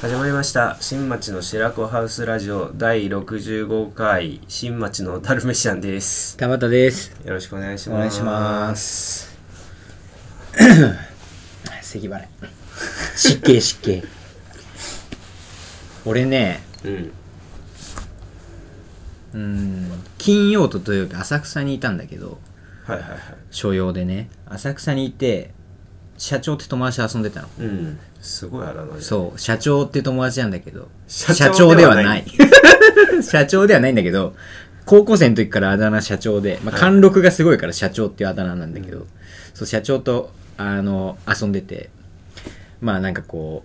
始まりました新町の白子ハウスラジオ第65回新町のダルメシアンです田畑ですよろしくお願いしますお願いします 咳払い湿気湿気 俺ねうんうん金曜と土曜日浅草にいたんだけどはいはいはい所用でね浅草にいて社長って友達と遊んでたのうんすごいあだ名うそう社長って友達なんだけど社社長長ででははなないい社長ではないん だけど高校生の時からあだ名社長で、まあ、はい貫禄がすごいから社長っていうあだ名なんだけど、そう社長とあの遊んでてまあなんかこ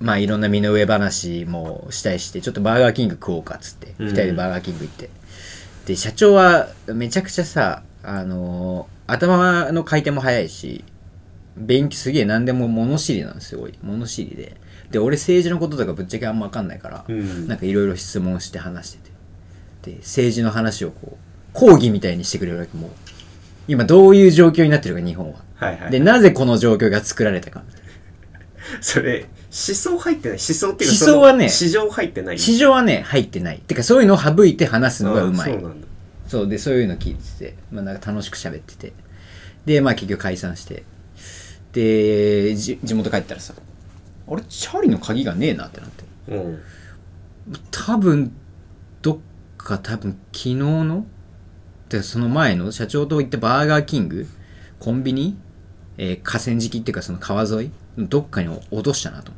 うまあいろんな身の上話もしたりしてちょっとバーガーキング食おうかっつってうん2人でバーガーキング行って、で社長はめちゃくちゃさあの頭の回転も速いし勉強すげえ何でも物知りなんですよおい物知りでで俺政治のこととかぶっちゃけあんま分かんないから、うんなんかいろいろ質問して話しててで政治の話をこう講義みたいにしてくれるわけもう今どういう状況になってるか日本は、はいはいでなぜこの状況が作られたかみたいなそれ思想入ってない思想っていうか思想はねその市場入ってない市場はね入ってないてかそういうのを省いて話すのがうまいあそうなんだそうでそういうの聞いてて、まあ、なんか楽しく喋っててでまあ結局解散してでじ地元帰ったらさあれチャーリーの鍵がねえなってなってうん多分どっか多分昨日のでその前の社長と行ったバーガーキングコンビニ、えー河川敷っていうかその川沿いどっかに落としたなと思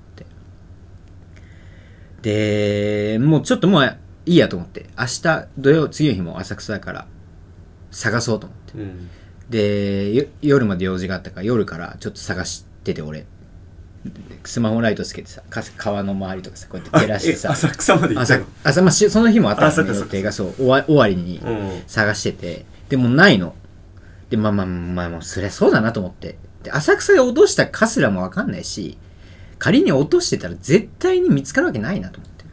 ってでもうちょっともういいやと思って明日土曜次の日も浅草だから探そうと思ってうんでよ夜まで用事があったから夜からちょっと探してて俺スマホライトつけてさか川の周りとかさこうやって照らしてあさえ浅草まで行った朝の、朝まあ、しその日もあったあそんっかでそ予っか定がそう終わ終わりにうん探しててでもうないのでまあまあまあもうそりゃそうだなと思ってで浅草で落としたカスラもわかんないし仮に落としてたら絶対に見つかるわけないなと思って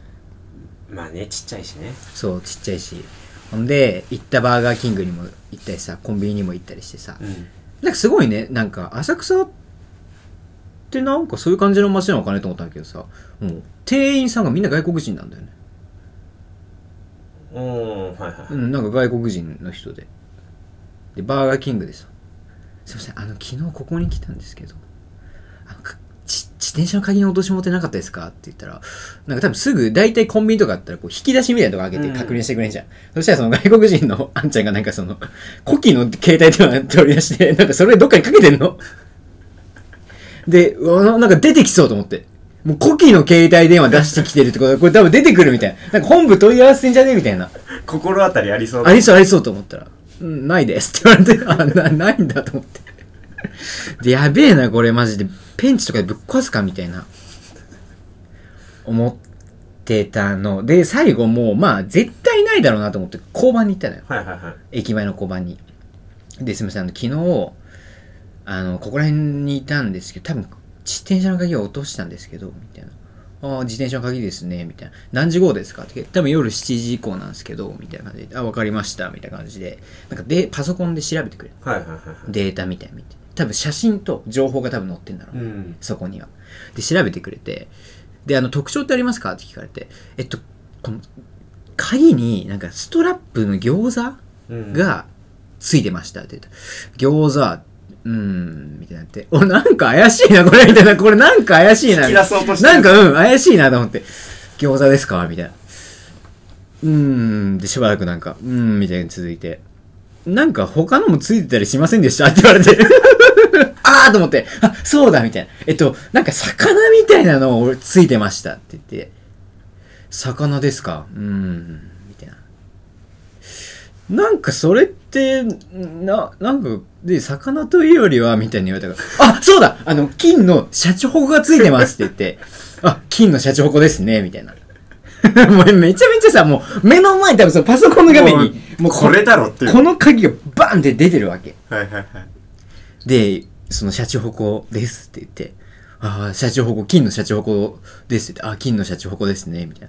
まあねちっちゃいしねそうちっちゃいしほんで行ったバーガーキングにも行ったりさコンビニにも行ったりしてさうんなんかすごいねなんか浅草ってなんかそういう感じの街なのかねと思ったんだけどさもう店員さんがみんな外国人なんだよねうんはいはうん、なんか外国人の人で。で、バーガーキングでさ、すいません、あの、昨日ここに来たんですけど、あのかち自転車の鍵の落とし持ってなかったですかって言ったら、なんか多分すぐ、大体コンビニとかあったら、こう、引き出しみたいなとこ開けうんて確認してくれんじゃん。そしたらその外国人のあ んちゃんがなんかその、古希の携帯電話取り出して、なんかそれどっかにかけてんの。で、うわななんか出てきそうと思って。もう古希の携帯電話出してきてるってことは、これ多分出てくるみたいな。なんか本部問い合わせんじゃねえみたいな。い心当たりありそうだありそうありそうと思ったら、うん、ないですって言われて、あ、なないんだと思って。で、やべえな、これマジで。ペンチとかでぶっ壊すかみたいな。思ってたの。で、最後もう、まあ、絶対ないだろうなと思って、交番に行ったのよ。はいはいはい駅前の交番に。で、すみません、あの、昨日、あの、ここら辺にいたんですけど、多分、自転車の鍵を落としたんですけど、みたいな。ああ、自転車の鍵ですね、みたいな。何時号ですかって、多分夜7時以降なんですけど、みたいな感じで、あ、わかりました、みたいな感じで、なんかで、パソコンで調べてくれる。はいはいはいはいデータみたいな見て。多分写真と情報が多分載ってんだろううね、んそこには。で、調べてくれて、で、あの、特徴ってありますかって聞かれて、えっと、この、鍵になんかストラップの餃子うんがついてましたって言った。餃子、うーん、みたいになって。お、なんか怪しいな、これ、みたいな。これなんか怪しいな。引き出そうとしてるなんかうん、怪しいなと思って。餃子ですかみたいな。うーん、で、しばらくなんか、うーん、みたいに続いて。なんか他のもついてたりしませんでしたって言われて。あーと思って、あ、そうだみたいな。えっと、なんか魚みたいなのを俺ついてましたって言って、魚ですかうーん、みたいな。なんかそれって、な、なんか、で、魚というよりは、みたいに言われたから、あ、そうだあの、金のシャチホコがついてますって言って、あ、金のシャチホコですね、みたいな。 もうめちゃめちゃさ、もう目の前に多分そのパソコンの画面に、もうこれだろっていうこの鍵がバンって出てるわけ。はいはいはいで、そのシャチホコですって言って、ああ、シャチホコ、金のシャチホコですって言って、ああ、金のシャチホコですね、みたいな。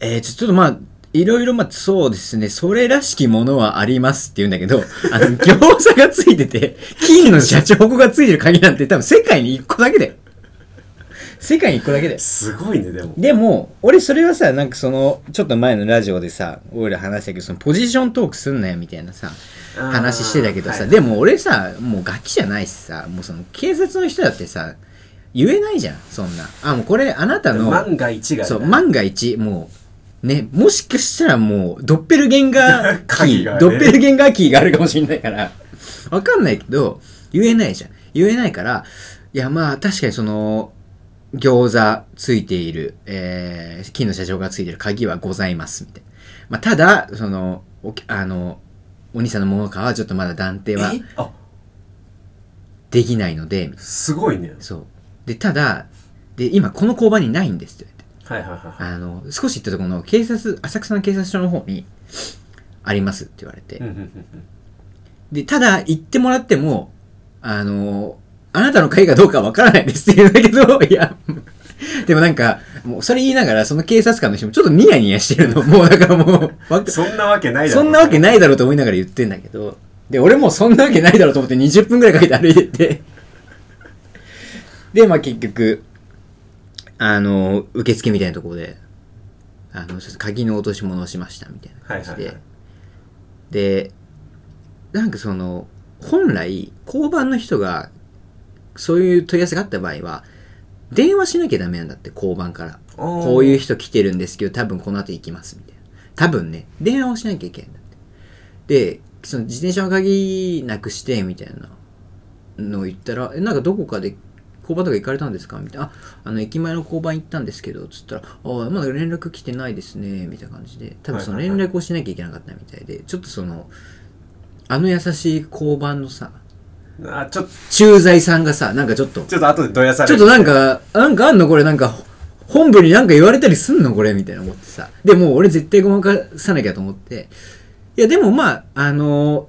えー、ちょちょっとまあ、いろいろまあ、そうですね、それらしきものはありますって言うんだけど、あの、餃子がついてて、金のシャチホコがついてる鍵なんて多分世界に一個だけだよ。世界に1個だけだよ。すごいねでもでも、俺それはさ、なんかその、ちょっと前のラジオでさ、俺ら話したけど、そのポジショントークすんなよみたいなさ、話してたけどさ、でもも俺さ、もうガキじゃないしさ、もうその警察の人だってさ、言えないじゃん、そんな。あ、もうこれあなたの、万が一がねそう、万が一、もう、ね、もしかしたらもう、ドッペルゲ ンガーキ鍵ー、がねドッペルゲンガーキーがあるかもしれないから、わかんないけど、言えないじゃん。言えないから、いや、まあ、確かにその、餃子ついている、えー、金の社長がついている鍵はございます、みたいな。まあ、ただ、その、おきあの、お兄さんのものかはちょっとまだ断定はえあできないので、みたいすごいねなそう。で、ただ、で、今この交番にないんですって言われて。はいはいはいはあの、少し行ったところの警察、浅草の警察署の方に、ありますって言われて。いうんうんうんうんで、ただ、行ってもらっても、あの、あなたの会がどうかわからないですって言うんだけど、 いや、でもなんか、もうそれ言いながら、その警察官の人もちょっとニヤニヤしてるの。もうだからもう、わかそんなわけないだろそんなわけないないだろうと思いながら言ってんだけど、で、俺もそんなわけないだろうと思って20分くらいかけて歩いてって。で、まあ結局、あの、受付みたいなところで、あの、ちょっと鍵の落とし物をしましたみたいな感じで、はいはいはいで、なんかその、本来、交番の人が、そういう問い合わせがあった場合は、電話しなきゃダメなんだって、交番から。こういう人来てるんですけど、多分この後行きます、みたいな。多分ね、電話をしなきゃいけないんだって。で、その自転車の鍵なくして、みたいなのを言ったら、え、なんかどこかで交番とか行かれたんですかみたいな。あ、あの、駅前の交番行ったんですけど、つったら、あ、まだ連絡来てないですね、みたいな感じで。多分その連絡をしなきゃいけなかったみたいで、ちょっとその、あの優しい交番のさ、あちょ駐在さんがさ、なんかちょっと、ちょっと後でどやされちょっとなんか、なんかあんのこれなんか、本部になんか言われたりすんのこれみたいな思ってさ。で、もう俺絶対ごまかさなきゃと思って。いや、でもまあ、あの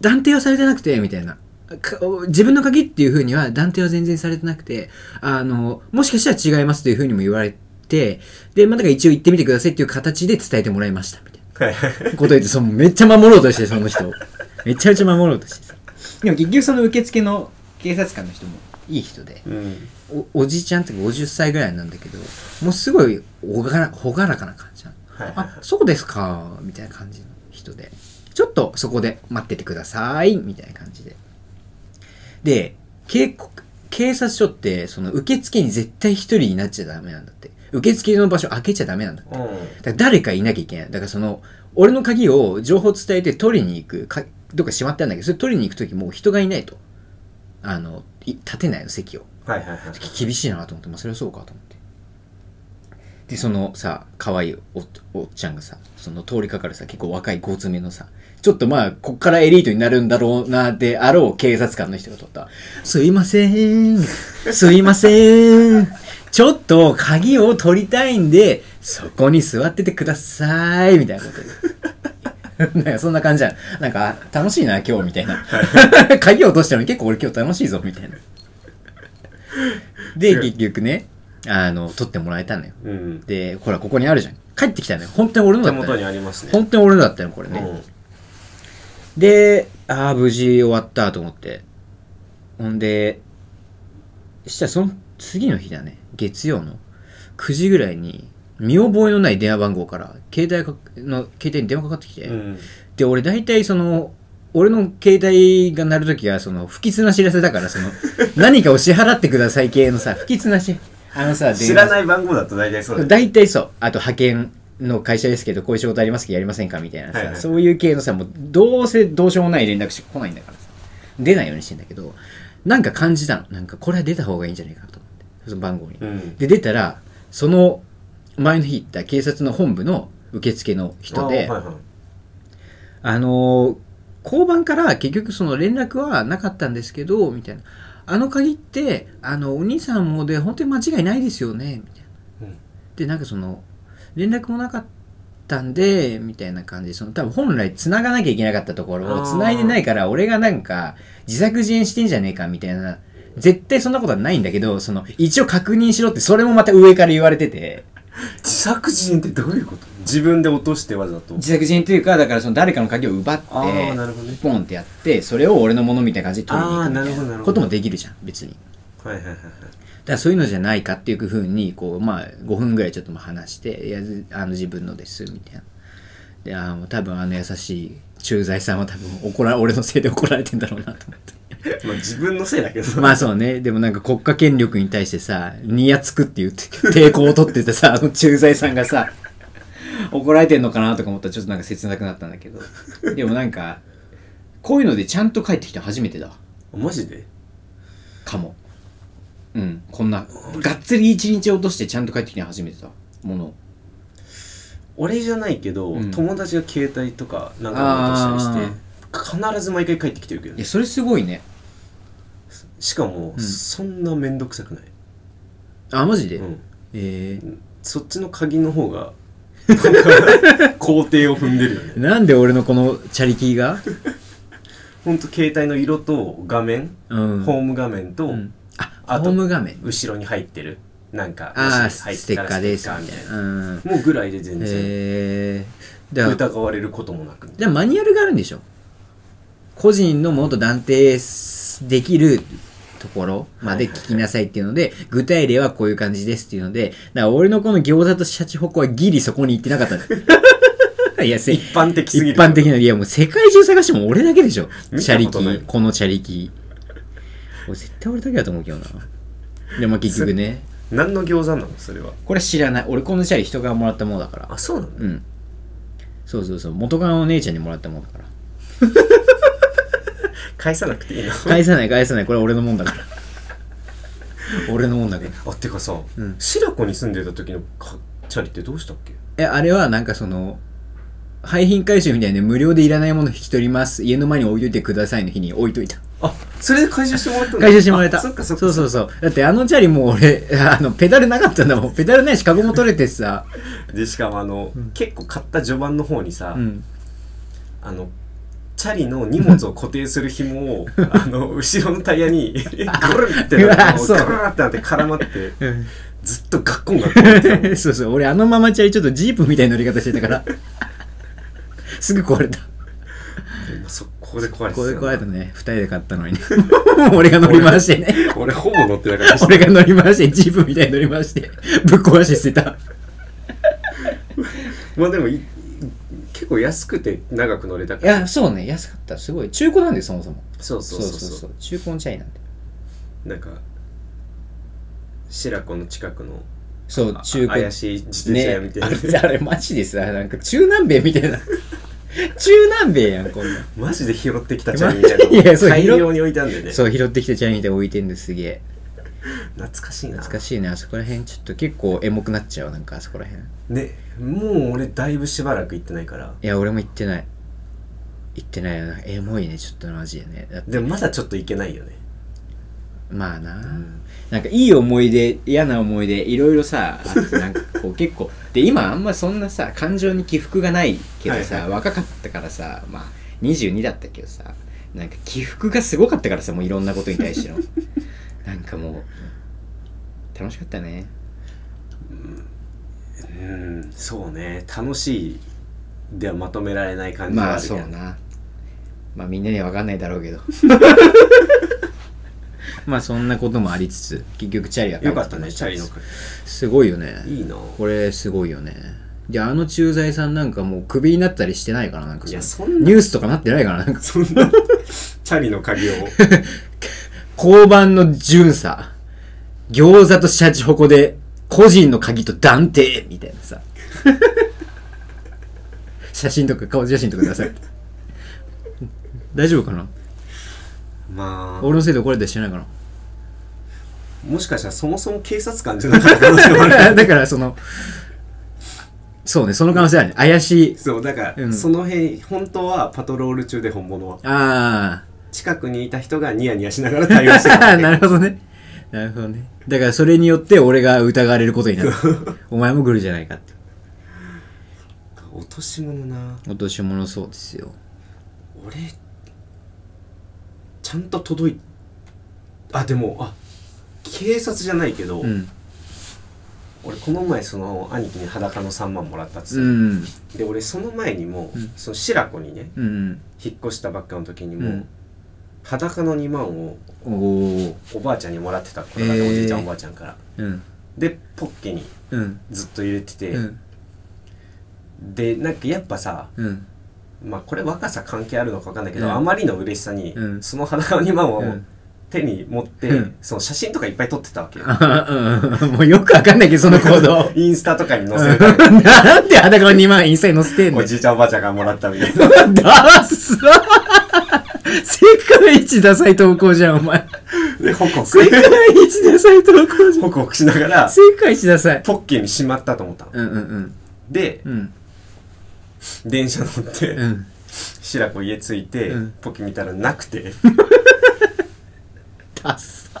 断定はされてなくて、みたいな。か自分の鍵っていうふうには断定は全然されてなくて、あのもしかしたら違いますというふうにも言われて、で、まあ、だから一応言ってみてくださいっていう形で伝えてもらいました、みたいな。はいはいこと言ってそのめっちゃ守ろうとしてその人をめちゃめちゃ守ろうとしてさでも結局その受付の警察官の人もいい人でうんおおじいちゃんって50歳ぐらいなんだけどもうすごいほがらほがらかな感じなのはいはいあそうですかみたいな感じの人でちょっとそこで待っててくださいみたいな感じでで警告警察署ってその受付に絶対一人になっちゃダメなんだって受付の場所開けちゃダメなんだってうんだから誰かいなきゃいけない。だからその、俺の鍵を情報伝えて取りに行く、かどっか閉まってあるんだけど、それ取りに行くときもう人がいないと。あの、い立てないの、席を。はいはいはいき厳しいなと思って、まあ、それはそうかと思って。で、そのさ、可愛いおおっちゃんがさ、その通りかかるさ、結構若いゴツめのさ、ちょっとまあ、こっからエリートになるんだろうな、であろう警察官の人が取った。すいません。すいません。ちょっと鍵を取りたいんで、そこに座っててください。みたいなこと言う。なんかそんな感じじゃん。なんか、あ楽しいな、今日、みたいな。鍵落としたのに結構俺今日楽しいぞ、みたいな。で、結局ね、あの、取ってもらえたのよ。うんで、ほら、ここにあるじゃん。帰ってきたのよ。本当に俺の手だった元のによ。ありますね本当に俺のだったの、これね。で、ああ、無事終わったと思って。ほんで、したらその次の日だね。月曜の9時ぐらいに、見覚えのない電話番号から、携帯かの、携帯に電話かかってきて。うんうんで、俺大体その、俺の携帯が鳴るときは、その、不吉な知らせだから、その、何かを支払ってください系のさ、不吉なし、あのさ、知らい。ない番号だと大体そうだよ大体そう。あと、派遣の会社ですけど、こういう仕事ありますけど、やりませんかみたいなさ、はいはいそういう系のさ、もう、どうせどうしようもない連絡しか来ないんだからさ、出ないようにしてんだけど、なんか感じたの。なんか、これは出た方がいいんじゃないかなと思って、その番号に。うんで、出たら、その、前の日行った警察の本部の受付の人で、あはいはいあのー交番から結局その連絡はなかったんですけど、みたいな。あの鍵って、あの、お兄さんもで本当に間違いないですよね、みたいな。うんで、なんかその、連絡もなかったんで、みたいな感じで、その多分本来繋がなきゃいけなかったところをあー繋いでないから、俺がなんか自作自演してんじゃねえか、みたいな。絶対そんなことはないんだけど、その、一応確認しろって、それもまた上から言われてて。自作自演ってどういうこと自分で落としてわざと自作自演というか、だからその誰かの鍵を奪って、ああなるほどねポンってやってそれを俺のものみたいな感じで取りに行くみあーなるたほどないるほなどこともできるじゃん別にはいはいはいはいからそういうのじゃないかっていうふうに、こう、まあ、5分ぐらいちょっとまあ話して、いや、ずあの、自分のです、みたいな。で、ああ、もう多分あの優しい駐在さんは多分怒ら、俺のせいで怒られてんだろうなと思って。まあ自分のせいだけど さまあそうね。でもなんか国家権力に対してさ、ニヤつくっていうて抵抗を取っててさ、あの駐在さんがさ、怒られてんのかなとか思ったらちょっとなんか切なくなったんだけど。でもなんか、こういうのでちゃんと帰ってきたの初めてだ。マジでかも。うん。こんな、がっつり一日落としてちゃんと帰ってきたの初めてだ。もの。俺じゃないけど、うん友達が携帯とかなんか落としたりして必ず毎回帰ってきてるけどいや、ねそれすごいね。しかも、うんそんな面倒くさくない、あ、マジで、うん、えそっちの鍵の方がなんか工程を踏んでるよね ー、なんで俺のこのチャリティーがほんと携帯の色と画面、 うん。ホーム画面と、うんあ、あとホーム画面。後ろに入ってるなんかああ、もし入っスてテたッらカーですステッカーみみたたいいな。うん。なもうぐらいで全然えー、だから疑われることもなくじゃあマニュアルがあるんでしょ個人のものと断定できるところまで聞きなさいっていうので、具体例はこういう感じですっていうので、だから俺のこの餃子とシャチホコはギリそこに行ってなかったん だいや、せ一一般的すぎる般的な、いやもう世界中探しても俺だけでしょ。見チャたリこキとないー、このチャリキー。俺絶対俺だけだと思うけどな。でも結局ね、何の餃子なのそれはこれ知らない。俺このチャリ人からもらったものだから。あそうなの、うん。そうそうそう。元カノの姉ちゃんにもらったもんだから。返さなくていいな返さない返さない。これ俺のもんだから。俺のもんだから。 あてかさ、うん白子に住んでた時のかチャリってどうしたっけえ、あれはなんかその、廃品回収みたいなね、無料でいらないもの引き取ります。家の前に置いといてくださいの日に置いといた。あそれで回収してもらったの回収してもらえた。あそっかそっかうそうそう。だってあのチャリもう俺、あの、ペダルなかったんだもん。ペダルないし、カゴも取れてさ。でしかもあの、結構買った序盤の方にさ、うん。あのチャリの荷物を固定する紐をあの後ろのタイヤ にぐるんってうなわってぐそうるんってなって絡まってうんずっとガッコンガッコンやってたもんそうそう。俺あのままチャリちょっとジープみたいな乗り方してたから。すぐ壊れた。 まあそこで壊れてこれ壊れたたよなね。二人で買ったのにね。 俺が乗り回してね。俺ほぼ乗ってなか ったし俺が乗り回して、ジープみたいに乗り回 して、ぶっ壊して捨てた。まあでもい結構安くて長く乗れたいからや、そうね。安かった。すごい。中古なんで、そもそも。そうそうそうそうう。中古のチャイなんで。なんか白子の近くのそう、あ中古。怪しい自転車屋みたいな、ね、あれ、あれマジでさ、なんか中南米みたいな。 中南米やん、こんな マジで拾ってきたチャリみ たいなのマジいやそう大量に置いたんでねん。そう、拾ってきたチャイみたいに置いてんですげえ。懐かしいな懐かしいね。あそこら辺、ちょっと結構エモくなっちゃう。なんか、あそこら辺。いねもう俺だいぶしばらく行ってないからや、俺も行ってない。行ってないよな。エモいね、ちょっとマジでね。だってでもまだちょっと行けないよねまあな、んなんかいい思い出嫌な思い出いろいろ さあってなんかこう結構で今あんまそんなさ感情に起伏がないけどさ、はい若かったからさまあ22だったけどさなんか起伏がすごかったからさもういろんなことに対し てのなんかもう楽しかったねうんそうね楽しいではまとめられない感じまはああるけそど、うなまあみんなには分かんないだろ うけどまあそんなこともありつつ結局チャリが帰よてかきったまねしチャリの会すごいよねいいなこれすごいよねであの駐在さんなんかもうクビになったりしてないからなんかいやそそのんなニュースとかなってないからなんかそんな チャリの 鍵を交番の巡査餃子とシャチホコで個人の鍵と断定みたいな さ写真とか顔写真とかください大丈夫かなまあ俺のせいで怒られたりしてないかなもしかしたらそもそも警察官じゃなかった可能性もある だからそのそうねその可能性あるね怪しいそうだから、うんその辺本当はパトロール中で本物はああ近くにいた人がニヤニヤしながら対応してあ たーなるほどね。なるほどね。だからそれによって俺が疑われること になる。お前も来るじゃないかって。落とし物な落とし物そうですよ。俺ちゃんと届いあでもあ警察じゃないけど、うん。俺この前その兄貴に裸の3万もらったっつうう、ん。で俺その前にも、んその白子にねうん。引っ越したばっかの時にも、うん裸の2万をおおおばあちゃんにもらってたこれがね、えーおじいちゃんおばあちゃんからうんでポッケにうんずっと入れてて、うんでなんかやっぱさうんまあこれ若さ関係あるのか分かんないけど、うんあまりの嬉しさに、うんその裸の2万をうん手に持って、うんその写真とかいっぱい撮ってたわけよ、あうんも うよくわかんないけどその行動 インスタとかに載せるため なんで裸の2万一切載せてんにおのじいちゃんおばあちゃんがもらったみたい なダッサ世界一ダサい投稿じゃん、お 前。でホ クホク世界一ダサい投稿じゃん。ホクホクしながら世界一ダサい。ポッケにしまったと思ったのうんうんでうん。うん。電車乗って、うん。白子家着いて、うんポッケ見たらなくてダッサ。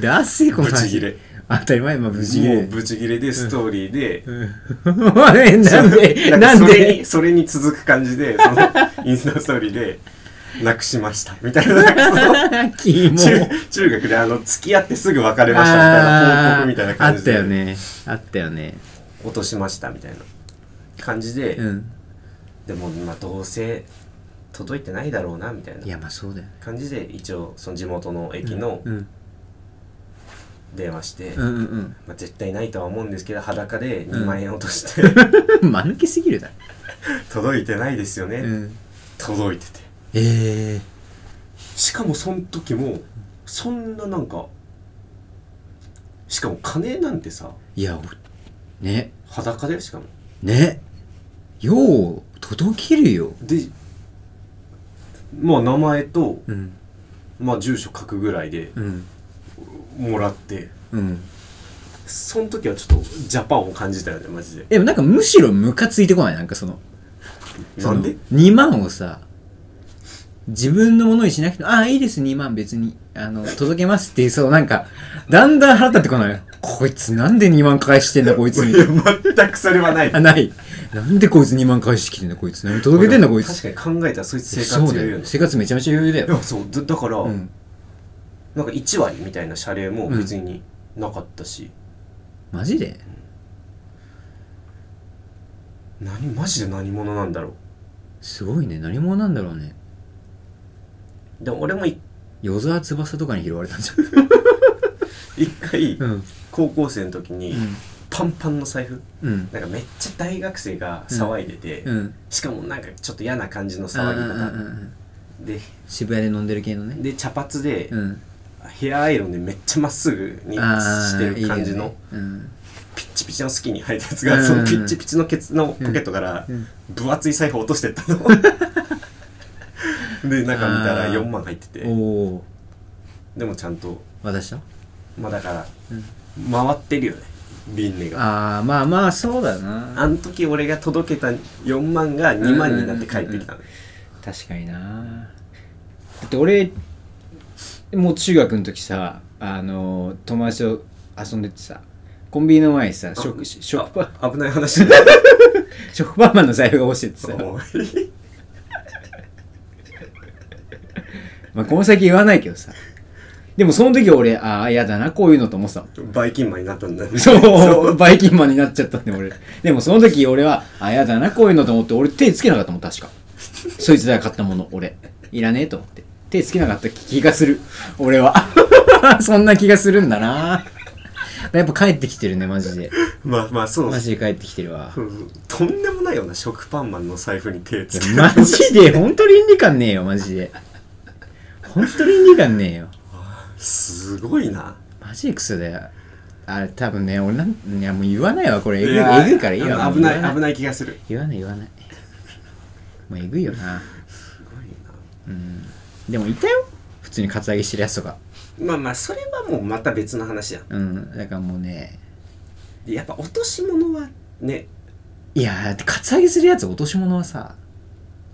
ダッセー このブチギ話。レ当たり前、まあ、無事もうで。ブチギレでストーリーで、お前、 なんで、ななんかんそれでに、それに続く感じで、 その、インスタストーリーで、なくしました。みたいな、なんかそのキモ。中、中学であの、付き合ってすぐ別れましたみたいな報告みたいなあー感あっじたで、よね。あったよね。落としましたみたいな感じで、うん。でも、まあ、どうせ届いてないだろうな、みたいいなや、まあそうだよ。感じで、一応、その地元の駅のうん。電話して、うんうんまあ、絶対ないとは思うんですけど、裸で2万円落として、 うん。間抜けすぎるだ届いてないですよね、ろ。うん。届いてて。ええ。しかもその時もそんななんかしかも金なんてさいや、おね、裸だよしかもね、よう、届けるよ。でまあ名前と、うん、まあ、住所書くぐらいでうん、もらってうん。その時はちょっとジャパンを感じたよねマジででもなんかむしろムカついてこないなんかその、そなのんで ?2 万をさ、自分のものにしなくても、ああ、いいです、2万別に、あの、届けますっていう、そのなんか、だんだん腹立ってこない。こいつなんで2万返してんだ、こいつみいたいやな。全くそれはないあ、ない。なんでこいつ2万返してきてんだ、こいつ。何届けてんだ、こいつ。確かに考えたらそいつ生そう活だ余裕よ。な生活めちゃめちゃ余裕だいよ。やそうだだから、うん。なんか1割みたいな謝礼も別になかったし、マジで何マジで何者なんだろすごいね。何者なんだろうね。うでも俺もい与沢翼とかに拾われたんじ一回ゃん。うん。高校生の時に、うん。パンパンの財布うん。なんかめっちゃ大学生が騒いでて、うん。しかもなんかちょっと嫌な感じの騒うんうぎんうんうん方で渋谷で飲んでる系のね。で茶髪で、うん。ヘアアイロンでめっちゃまっすぐにしてる感じのあーいいよねピッチピチのスキニー履いたやつうんがうんそのピッチピチのケツのポケットからうん分厚い財布落としてったの で中見たら4万入ってうんておお。でもちゃんと渡したまあだからうん回ってるよね輪廻がああ、まあまあ、そうだな。あの時俺が届けた4万が2万になって帰ってきたの確かにな。だって俺、もう中学の時さ、あのー、友達と遊んでてさ、コンビニの前にさ、食し食パン、 あ危ない話食パンマンの財布が落ちててさ、まあこの先言わないけどさ。でもその時俺、ああ、嫌だな、こういうのと思ってたもん。バイキンマンになったんだ ねそう、バイキンマンになっちゃったんで、俺。でもその時俺は、あ、やだな、こういうのと思って、俺手つけなかったもん、 確か。そいつが買ったもの、俺。いらねえと思って。手つけなかった気がする。俺は。 そんな気がするんだな。やっぱ帰ってきてるね、マジで。まあまあそうマジで帰ってきてるわう。んとんでもないような食パンマンの財布に手つけマジで、ほんと倫理観ねえよ、マジで。ほんと倫理観ねえよ。すごいなマジでクソだよ。あれ、多分ね、俺なん、いや、もう言わないわ、これ。えぐい、やえぐいからいいわ。あの危なもう言わい危ない気がする言わない言わないもうえぐいよなすごいうんでもいたよ普通にカツアゲしてるやつとかなまあまあそれはもうまた別の話やうんだからもうねでやっぱ落とし物はねいやーだってカツアゲするやつ落とし物はさ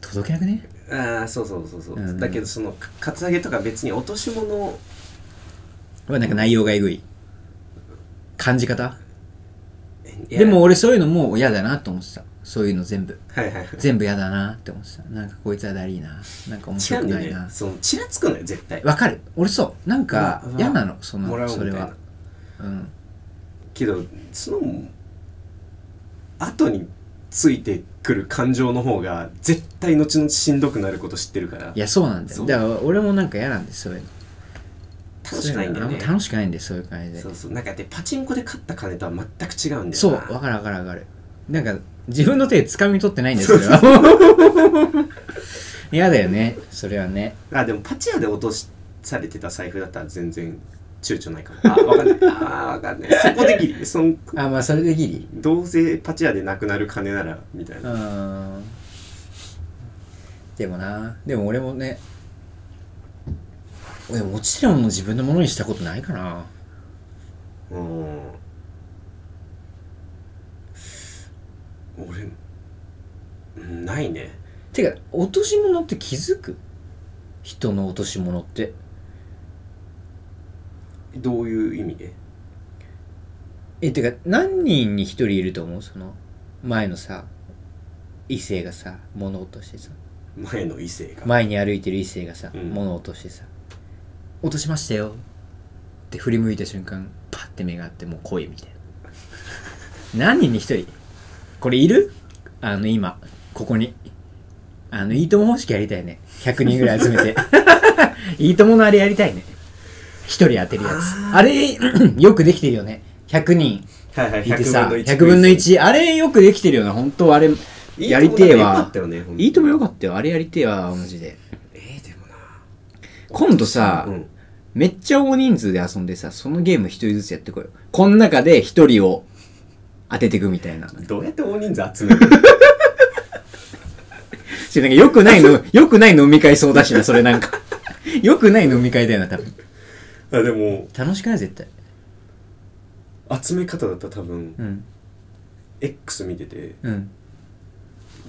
届けなくねああそうそうそうそう、うんだけどそのかカツアゲとか別に落とし物はなんか内容がえぐい感じ方いやでも俺そういうのもう嫌だなと思ってたそういうの全部はいはいはい全部嫌だなって思ってたなんかこいつはだりーななんか面違白うくんだないよなねそのちらつくのよ絶対わかる俺そうなんかうん嫌なのそもらのおうそみれたいはなうんけどその後についてくる感情の方が絶対後々しんどくなること知ってるからいやそうなんだそようだから俺もなんか嫌なんですそういうの楽しくないんだよそううねのあ楽しくないんでそういう感じでそうそうなんかでパチンコで勝った金とは全く違うんだよなそうわかるわかるわかるなんか自分の手掴み取ってないんですよそれは 嫌だよねそれはねあでもパチ屋で落としされてた財布だったら全然躊躇ないかもあわかんないあわかんないそこでギリそんあまあそれでギリどうせパチ屋でなくなる金ならみたいうなーんでもなでも俺もねでも落ちてるものを自分のものにしたことないかなうん俺うんないねてか落とし物って気づく人の落とし物ってどういう意味でえてか何人に一人いると思うその前のさ異性がさ物を落としてさ前の異性が、前に歩いてる異性がさ、うん物を落としてさ「落としましたよ」って振り向いた瞬間パッて目が合ってもう来いみたい な何人に一人これいるあの今ここにあのいいとも方式やりたいね100人ぐらい集め ていいとものあれやりたいね一人当てるやつあれ よくできてるよね100人はいはいいてさ100 100分の1あれよくできてるよな本当あれやりてえよかわったよねほんにいいともよかったよあれやりてえわマジでえー、でもな今度さ、うんめっちゃ大人数で遊んでさ、そのゲーム一人ずつやってこいよ。この中で一人を当ててくみたいな。どうやって大人数集める しなんか良くな いの、良くない飲み会そうだしな、それなんか。良くない飲み会だよな、多分。のあでも楽しくない絶対。集め方だったら多分うん。 X 見ててうん。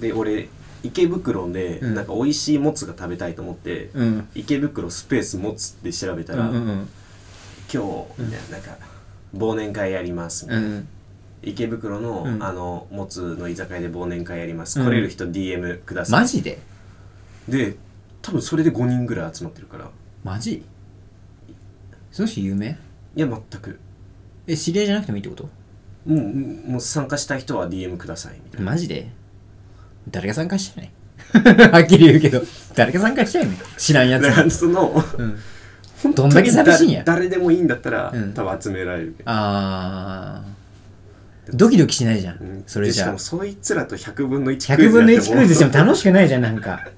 で俺池袋でうんなんか美味しいもつが食べたいと思って、うん。池袋スペースもつって調べたうんうら、今ん日みたいななんか忘年会やりますみうたいな、ん。池袋の、うんあのもつの居酒屋で忘年会やります、うん来れる人 DM くださいマジでで多分それで5人ぐらい集まってるからマジその人有名いや全くえ、知り合いじゃなくてもいいってこともうもう参加したい人は DM くださいみたいなマジで誰が参加してない はっきり言うけど、誰が参加してないね知らんやつ だがから。そのうん。どんだけ寂しいんや。誰でもいいんだったら、うん多分集められるけどあードキドキしないじゃん、うんそれじでゃあしかもそいつらと100分の1 100クイズ分のやって1もクイズしても楽しくないじゃんなんか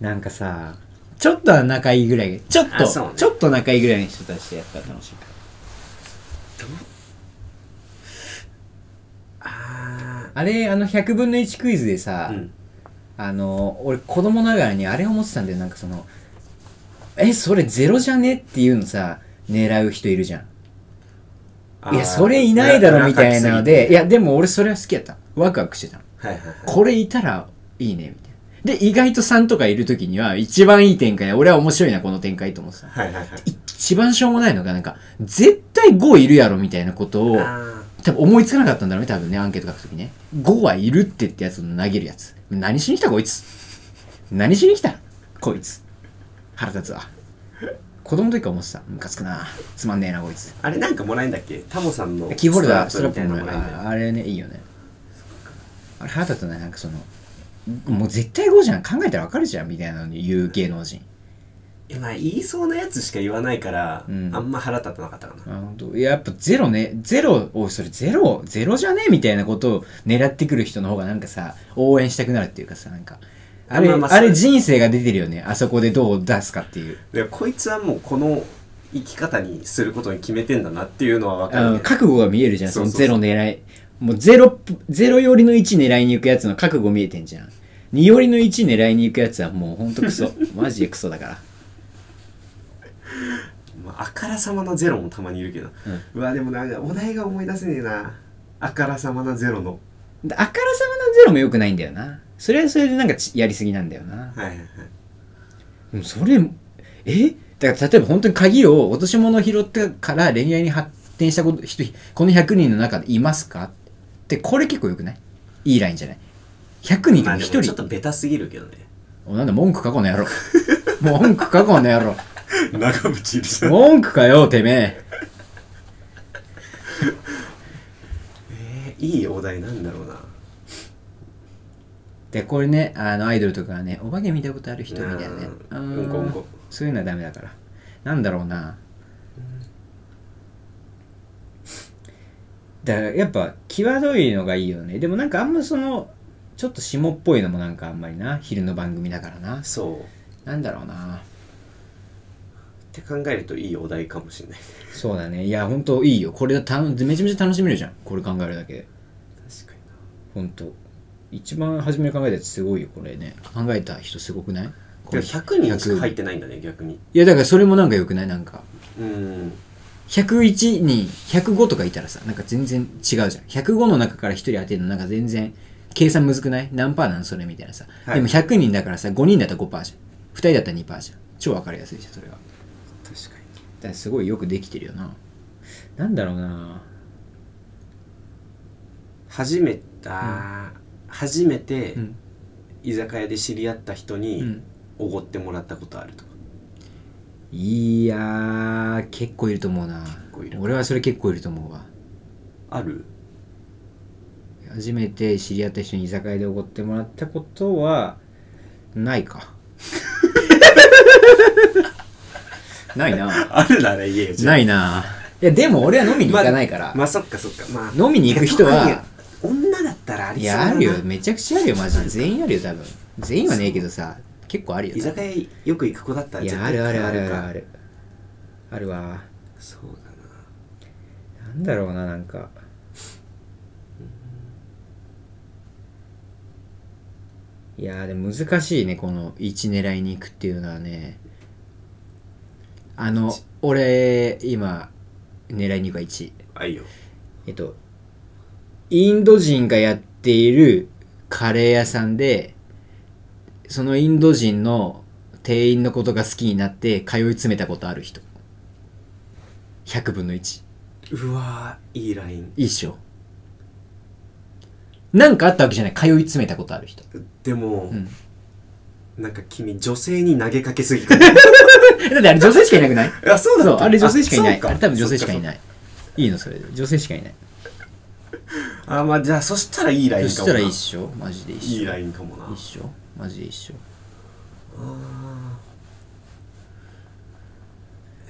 なんかさちょっとは仲いいぐらいちょっあと、そうねちょっと仲いいぐらいの人たちでやったら楽しいかあらあれあの100分の1クイズでさ、あうんあの俺子供ながらにあれ思ってたんだよなんかそのえそれゼロじゃねっていうのさ狙う人いるじゃんあーいやそれいないだろみたいなのでい裏裏やでも俺それは好きやったワクワクしてた書きすぎてはいはいはいこれいたらいいね、みたいな。で、意外と3とかいるときには、一番いい展開俺は面白いな、この展開と思ってた。はいはいはい一番しょうもないのが、なんか、絶対5いるやろ、みたいなことを、あ多分思いつかなかったんだろうね、多分ね、アンケート書くときね。5はいるってってやつを投げるやつ。何しに来た、こいつ。何しに来た、こいつ。腹立つわ。子供の時から思ってた。ムカつくな。つまんねえな、こいつ。ーあれなんかもらえんだっけタモさんのキーホルダー、スストトララッッププもみらたいえるなのもらえんだよああれね、いいよね。あれ腹立つね、なんかその、もう絶対5じゃん、考えたらわかるじゃん、みたいなのに言う芸能人。えまあ言いそうなやつしか言わないから、うんあんま腹立たなかったかなあ本当いややっぱゼロね、ゼロ、おい、それゼロ、ゼロじゃねみたいなことを狙ってくる人の方がなんかさ、応援したくなるっていうかさ、なんか、あれ、まあまああれそう人生が出てるよね、あそこでどう出すかっていう。でこいつはもうこの生き方にすることに決めてんだなっていうのは分かあるのけど覚悟が見えるじゃんそそうのそうそうゼロ狙いもうゼロゼロ寄りの1狙いに行くやつの覚悟見えてんじゃん2寄りの1狙いに行くやつはもうほんとク ソマジでクソだからまあ、あからさまなゼロもたまにいるけど、うわでもなんかお題が思い出せねえなあからさまなゼロのであからさまなゼロも良くないんだよなそれはそれでなんかちやりすぎなんだよなはいはいはいでもそれえだから例えば本当に鍵を落とし物を拾ってから恋愛に発展したこと人この100人の中でいますかってこれ結構良くないいいラインじゃない100人までもあ1で人、もちょっとベタすぎるけどねおなんだ文句書こうの野郎文句書こうの野郎 長渕いるじ 文句かよてめえーいいお題なんだろうなでこれねあのアイドルとかはねお化け見たことある人みたいなねううんーうんこうんこそういうのはダメだからなんだろうなだからやっぱ際どいのがいいよねでもなんかあんまそのちょっと霜っぽいのもなんかあんまりな昼の番組だからなそうっなんだろうなて考えるといいお題かもしれないそうだねいやほんといいよこれためちゃめちゃ楽しめるじゃんこれ考えるだけで確かになほんと一番初めに考えたやつすごいよこれね考えた人すごくないこでれも100人しか入っいてないんだね逆にやだからそれもなんかよくないなんかうん101に105とかいたらさなんか全然違うじゃん105の中から1人当てるのなんか全然計算むずくない何パーなんそれみたいなさ、はいでも100人だからさ5人だったら5パーじゃん2人だったら2パーじゃん超わかりやすいじゃんそれはだか確かにらすごいよくできてるよななんだろうな初めあー、初めてうん居酒屋で知り合った人うにんおごってもらったことあるとか、いやー結構いると思うな構いる俺はそれ結構いると思うわある初めて知り合った人に居酒屋でおごってもらったことはないか ないなあるなら言えよじゃあないないやでも俺は飲みに行かないから、まあそっかそっかまあ飲みに行く人は特に女だったらありいそうだやなあるよめちゃくちゃあるよマジで全員あるよ多分全員はねえけどさ結構あるよ居酒屋よく行く子だったらい絶や対あるあるあるあかるあるあるわそうだななんだろうななんかいやーでも難しいねこの位置狙いに行くっていうのはねあの俺今狙いに行くは1あいいよえっとインド人がやっているカレー屋さんでそのインド人の店員のことが好きになって通い詰めたことある人100分の1うわーいいラインいいっしょなんかあったわけじゃない通い詰めたことある人でも、うんなんか君女性に投げかけすぎかもえだってあれ女性しかいなくないあそう そうっけ あれ女性しかいないそうあれ多分女性しかいいないいいのそれで女性しかいないあまあじゃあそしたらいいラインそかもなしたらいいっしょマジでいいっしょいいラインかもないいっしょマジでいいっしょ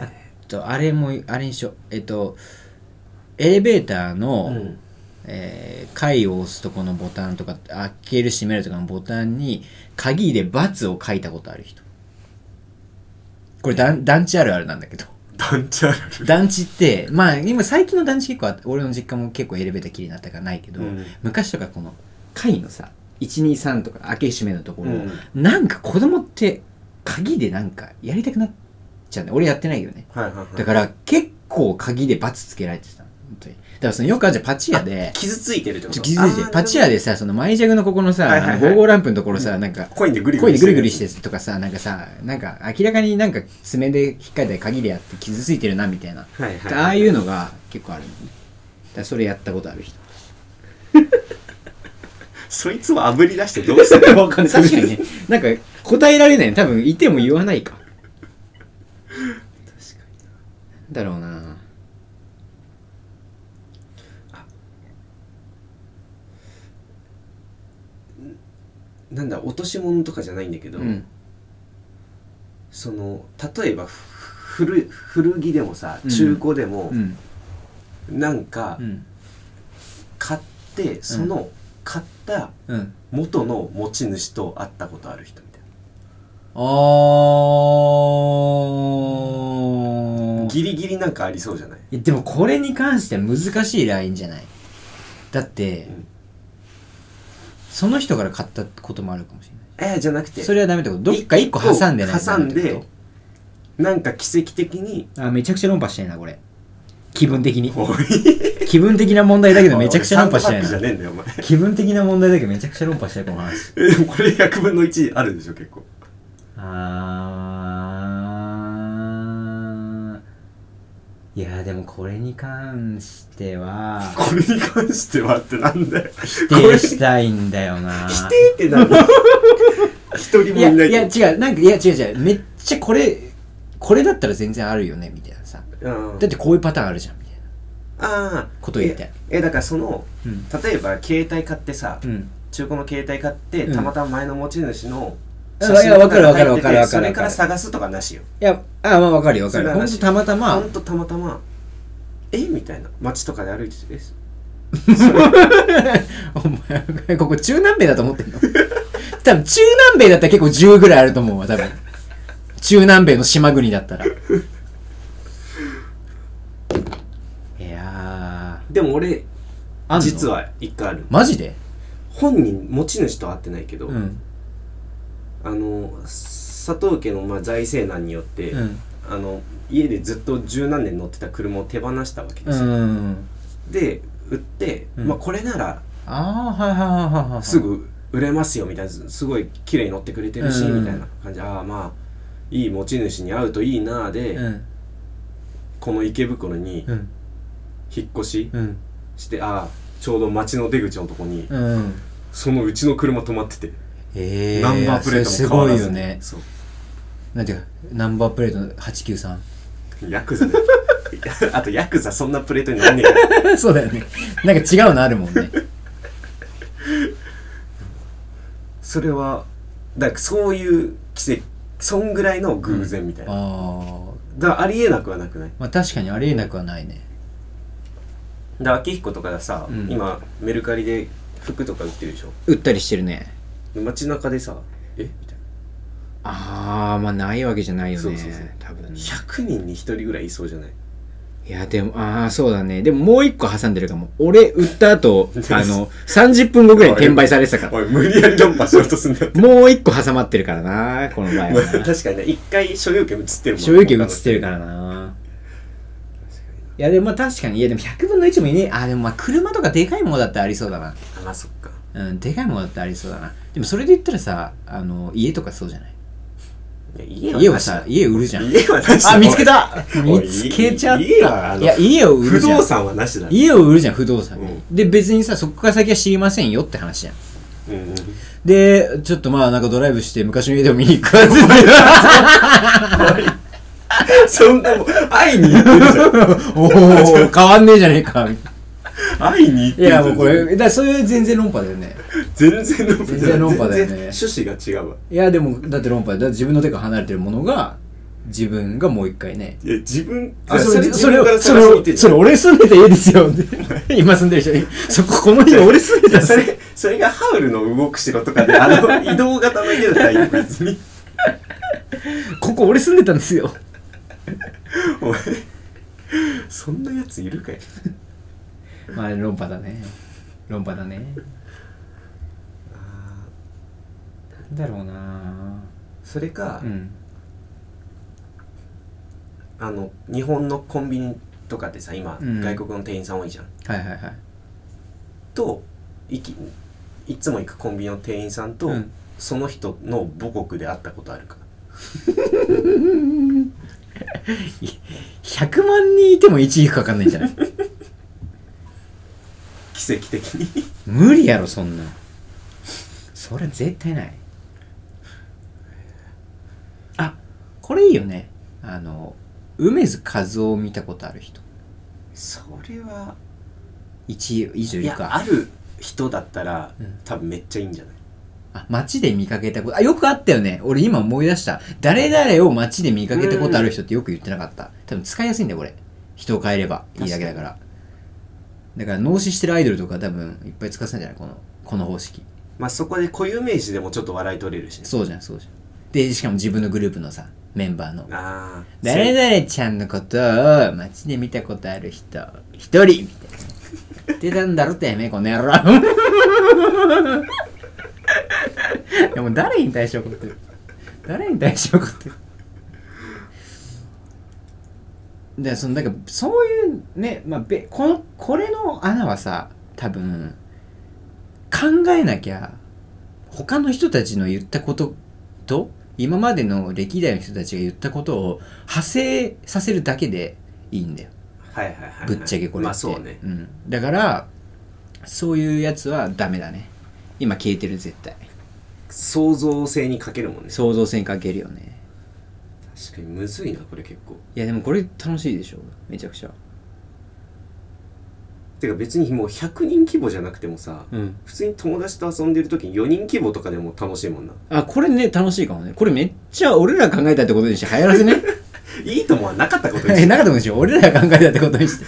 あとあれもあれにしようえっとエレベーターの、うんえー階を押すとこのボタンとか開ける閉めるとかのボタンに鍵で×を書いたことある人これ団団地あるあるなんだけど団地ある団地ってまあ今最近の団地結構あって俺の実家も結構エレベーターきれいになったからないけど、うん昔とかこの階のさ123とか開け閉めのところ、うんなんか子供って鍵でなんかやりたくなっちゃうね俺やってないけどねはいはいはいだから結構鍵で×つけられてたの本当にだからそのよくあるじゃんパチ屋で傷ついてるってことちょ気づいあてーパチ屋でさそのマイジャグのここのさ、はいはいはいあのゴーゴーランプのところさ、なんかコインでグリグ声リでぐるぐるしてとかさなんかさなんか明らかになんか爪で引っかいたり鍵でやって傷ついてるなみたいな、はいはいああいうのが結構あるのねだからそれやったことある人そいつを炙り出してどうする確かにねなんか答えられない多分いても言わないか確かにだろうな なんだ落とし物とかじゃないんだけど、うんその例えばふ古い古着でもさうん中古でもう、んなんかうん買ってその買ったうん元の持ち主と会ったことある人みたいなあーギリギリなんかありそうじゃないいやでもこれに関しては難しいラインじゃないだって、うんその人から買ったこともあるかもしれなえー、じゃなくていそれはダメってことどっか一個挟んでないと挟ダメんってことでなんか奇跡的にあめちゃくちゃ論破していなこれ気分的におい気分的な問題だけどめちゃくちゃ論破しておいサンドバッグじゃいなねえんだよお前気分的な問題だけどめちゃくちゃ論破していこの話えでもこれ100分の1あるでしょ 結構あーいやでもこれに関してはこれに関してはってなんだよ否これ定したいんだよな否定って何一人いもやいないいや違うなんかいや違う違うめっちゃこれこれだったら全然あるよねみたいなさうんだってこういうパターンあるじゃんみたいなああことを言いたいええだからそのうん例えば携帯買ってさ、うん中古の携帯買って、うんたまたま前の持ち主のあいやわかるわかるわかるわかるわかるそれから探すとかなしよいやあまあわかるよわかそるれよはほなんしとたまたまほんとたまたまえみたいな街とかで歩いててえそれお前、ここ中南米だと思ってんの多分中南米だったら結構10ぐらいあると思うわ、多分。中南米の島国だったら。いやでも俺ー、あんの実。は一回あるマジで本人持ち主とは会ってないけど、うん。あの佐藤家のまあ財政難によって、うん。あの家でずっと十何年乗ってた車を手放したわけでうすよ、ん。で売って、うんまあ、これならあー、はいはいはいはいはい。す。ぐ売れますよみたいなすごい綺麗に乗ってくれてるし、うんみたいな感じああまあいい持ち主に会うといいなあで、うん。この池袋にうん。引っ越しうん。して、ああちょうど街の出口のとこに、うん。そのうちの車止まってて、えー、ナンバープレーそれトすも変わごらいずよね。そうなんていうか、ナンバープレートの893。ヤクザで あとヤクザそんなプレートになんねえから そうだよね。なんか違うのあるもんね。それはだからそういう奇跡そんぐらいの偶然みたいな、あー、だからありえなくはなくないまあ確かにありえなくはないね。だから明彦とかがさ、うん今メルカリで服とか売ってるでしょ売ったりしてるね。で街中でさえみたいああまあないわけじゃないよねそうそうそう多分なね100人に1人ぐらいいそうじゃないいやでもああそうだねでももう一個挟んでるかも俺売った 後あの30分後ぐらい に転売されてたかおらい無理やり論破しようとすんだよもう一個挟まってるからなこの 場合まあはな 確かにね一回所有権移ってるもん所有権移ってるからないやでもまあ確かにいやでも100分の1もいねえあーでもまあ車とかでかいものだってありそうだなあまあそっかうんでかいものだってありそうだなでもそれで言ったらさあの家とかそうじゃないいや家はさ家売るじゃん家はなしだあ見つけたおい見つけちゃった家はあのいや家を売不るじゃん動産はなしだ家を売るじゃん不動産に、うで別にさそこから先は知りませんよって話じゃんうんうんでちょっとまあなんかドライブして昔の家でも見に行く わって そんなもん会いに行ってるじ ゃんおお変わんねえじゃねえかみたい会いに行ってるないじゃやんもうこ れだからそれ全然論破だよね全然論破全然論破だよね全然趣旨が違うわいやでもだって論破だよだって自分の手から離れてるものが自分がもう一回ねいや自分あそそれれそそれれからをそ探れしに行っをてんそじゃれん俺住んでた家ですよ って今住んでる人そここの家俺住んでたんですそれそれがハウルの動く城とかであの移動型の家だったら別にここ俺住んでたんですよお前そんなやついるかいまあ論破だね論破だねなんだろうなそれか、うんあの日本のコンビニとかってさ今、うん外国の店員さん多いじゃんはいはいはいといきいつも行くコンビニの店員さんと、うんその人の母国で会ったことあるか100万人いても1位いくか分かんないんじゃ ない奇跡的に無理やろそんなそれ絶対ないあこれいいよねあの梅津和夫を見たことある人それは1位以い上いるやかある人だったら、うん多分めっちゃいいんじゃないあ街で見かけたことあよくあったよね俺今思い出した誰々を街で見かけたことある人ってよく言ってなかった多分使いやすいんだよこれ人を変えればいいだけだからだから脳死してるアイドルとか多分いっぱい使ってたんじゃないこのこの方式まあそこで固有名詞でもちょっと笑い取れるしねそうじゃんそうじゃんでしかも自分のグループのさメンバーのああ誰々ちゃんのことを街で見たことある人一人みたいな言ってたんだろてめえこの野郎でも誰に対して怒ってる誰に対して怒ってるでそのなんかそういうね、まあ、べこのこれの穴はさ多分考えなきゃ他の人たちの言ったことと今までの歴代の人たちが言ったことを派生させるだけでいいんだよはいはいはいはい、ぶっちゃけこれって、まあそうねうん、だからそういうやつはダメだね今消えてる絶対創造性に欠けるもんね創造性にかけるよね確かにむずいなこれ結構いやでもこれ楽しいでしょめちゃくちゃてか別にもう100人規模じゃなくてもさ、うん。普通に友達と遊んでる時に4人規模とかでも楽しいもんなあ、これね、楽しいかもね。これめっちゃ俺ら考えたってことにして流行らせ ね。いいともはなかったことにえ、しなかったもんでしょ俺らが考えたってことにし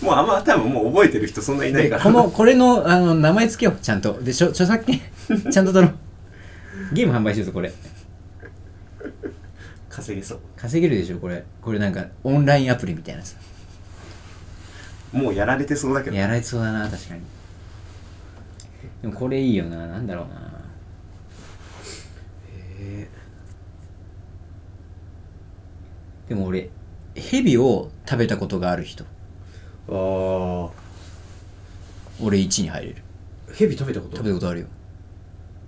て。もうあんま多分もう覚えてる人そんないないからこの、これの、あの、名前つけよう。ちゃんと。で、しょ著作権。 ちゃんと取ろう。ゲーム販売しようぞ、これ。稼げそう稼げるでしょ、これ。これなんか、オンラインアプリみたいなさ。もうやられてそうだけどやられそうだな、確かに。でもこれいいよな。なんだろうな。えでも俺、蛇を食べたことがある人。ー、あ俺1に入れる。あヘビ食べたこと食べたことあるよ。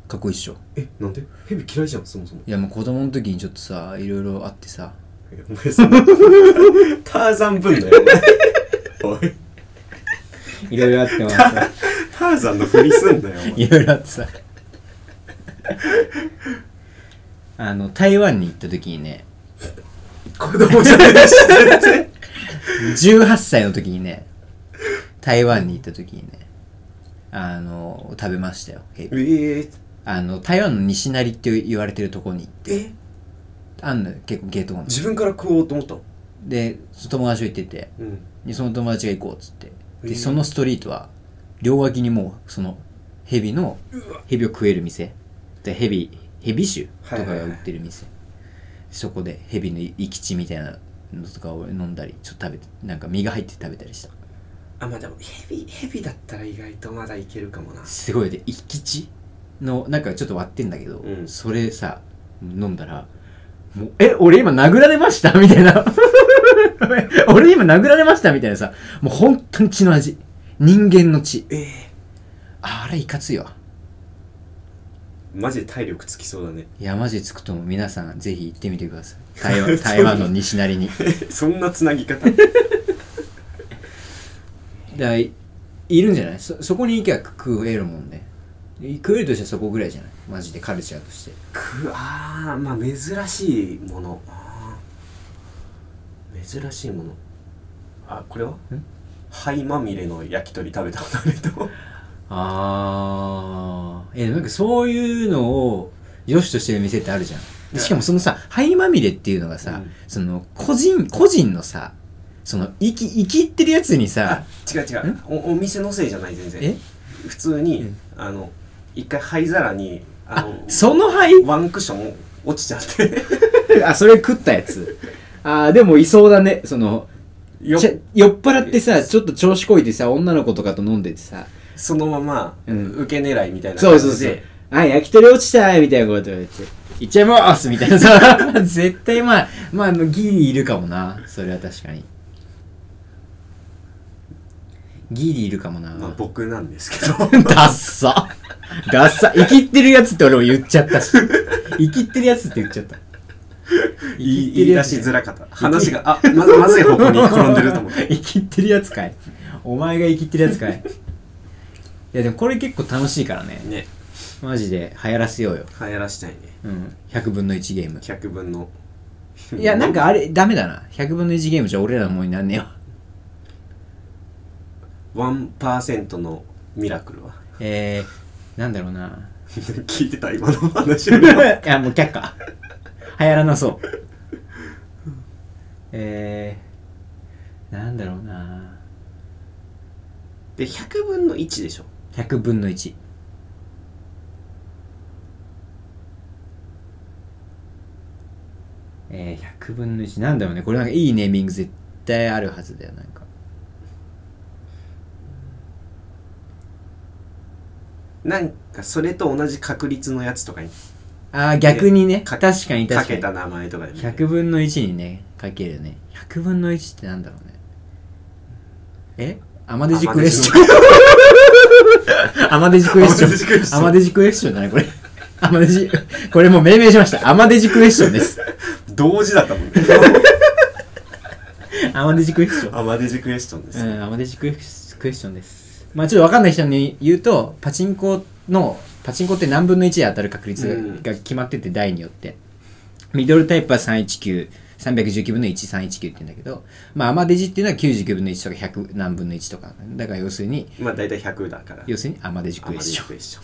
かっこいいっしょ。えなんでヘビ嫌いじゃんそもそもいやもう子供の時にちょっとさいろいろあってさえお前そんなターザン分だよお前おいいろいろあってもさターザンのふりすんなよお前 いろいろあってさあの台湾に行った時にね子供じゃないし全然18歳の時にね台湾に行った時にねあの食べましたよヘえビー、あの台湾の西成って言われてるとこに行ってえあんのよ結構ゲートコン自分から食おうと思ったので友達と行っててうんでその友達が行こうっつってえでーそのストリートは両脇にもうそのヘビのヘビを食える店でヘビヘビ酒とかが売ってる店、そこでヘビの生き血みたいなのとかを飲んだりちょっと食べてなんか身が入って食べたりしたあまあでもヘビヘビだったら意外とまだいけるかもなすごいで生き血のなんかちょっと割ってんだけど、うんそれさ飲んだらもうえ俺今殴られましたみ たいな俺今殴られましたみたいなさもう本当に血の味人間の血ええあれいかついわマジで体力つきそうだねいやマジつくとも皆さんぜひ行ってみてください台 湾台湾の西成にそんなつなぎ方だいいるんじゃないそそこに行けば食えるもんね食えるとしたらそこぐらいじゃないマジでカルチャーとしてくあーまあ珍しいものあー珍しいものあこれは灰まみれの焼き鳥食べたことある人ああえなんかそういうのを良しとしてる店ってあるじゃんでしかもそのさ灰まみれっていうのがさ、うんその個人個人のさその生き生き入ってるやつにさ違う違うおお店のせいじゃない全え然普通に、うんあの一回灰皿にああのその灰ワンクッション落ちちゃって あそれ食ったや つあーでもいそうだねそのよちゃ酔っ払ってさちょっと調子こいてさ女の子とかと飲んでてさそのまま、うん受け狙いみたいなそ感うじそうでそうあ焼き鳥落ちたみたいなこと言われて行っちゃいますみたいな さ絶対まあまあギリいるかもなそれは確かにギリいるかもな、まあ、僕なんですけど ダッサダッサ生きってるやつって俺も言っちゃったし生きってるやつって言っちゃった言い言い出しづららかった話があまずまずい方向に転んでると思って 生きってるやつかいお前が生きってるやつかいいやでもこれ結構楽しいからねねマジで流行らせようよ、流行らしたいねうん、100分の1ゲーム100分のいやなんかあれダメだな100分の1ゲームじゃ俺らのものになんねえわ1%のミラクルは えー、なんだろうな聞いてた今の話 よりもいやもう却下流行らなそうえー、なんだろうなで100分の1でしょ100分の1えー、100分の1なんだろうねこれなんかいいネーミング絶対あるはずだよなんかなんかそれと同じ確率のやつとかにああ逆にねか確かにか確かけにた名前とかで、ね、 100分の1にねかけるね100分の1ってなんだろうねえアマデジクエスチョンアマデジクエスチアマデジクエスチョョンンアマデジクエスチョンだねこれアマデジこれもう命名しましたアマデジクエスチョンです同時だったもんねアマデジクエスチョンアマデジクエスチョンです、うんアマデジクエスクエスチョンですまあちょっと分かんない人に言うとパチンコのパチンコって何分の1で当たる確率がうんが決まってて台によってミドルタイプは319 319分の1319って言うんだけど、まあ、アマデジっていうのは99分の1とか100何分の1とか。だから要するに、まあ大体100だから要するにアマデジあんクまエりスチョン。クエスチョン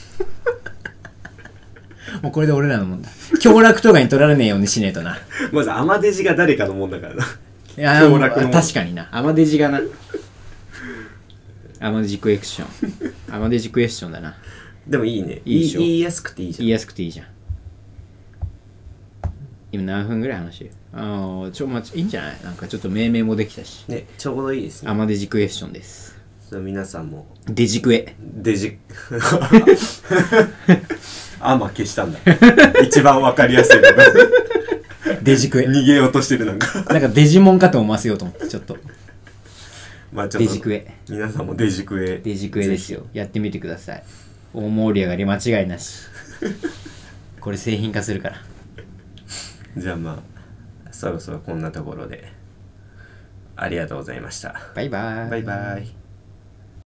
もうこれで俺らのもんだ。凶楽とかに取られねえようにしねえとな。まずアマデジが誰かのもんだからないやー凶楽の確かにな。アマデジがな。アマデジクエスチョン。アマデジクエスチョンだな。でもいいねいいでしょ言い言いやすくていいじゃ言んいやすくていいじゃん。今何分ぐらい話してるああ、ちょ、まあ、ちょいいんじゃないなんかちょっと命名もできたし。ねちょうどいいですねアマデジクエスチョンです。そう皆さんもデジクエ。デ ジアマ消したんだ一番わかりやすいのが デジクエ。逃げようとしてるなんかなんかデジモンかと思わせようと思って、ちょっと。まあちょデっジとクエ。皆さんもデジクエデジクエですよ。やってみてください。大盛り上がり間違いなし。これ製品化するから。じゃあまあそろそろこんなところでありがとうございましたバイバーイ。バイバイ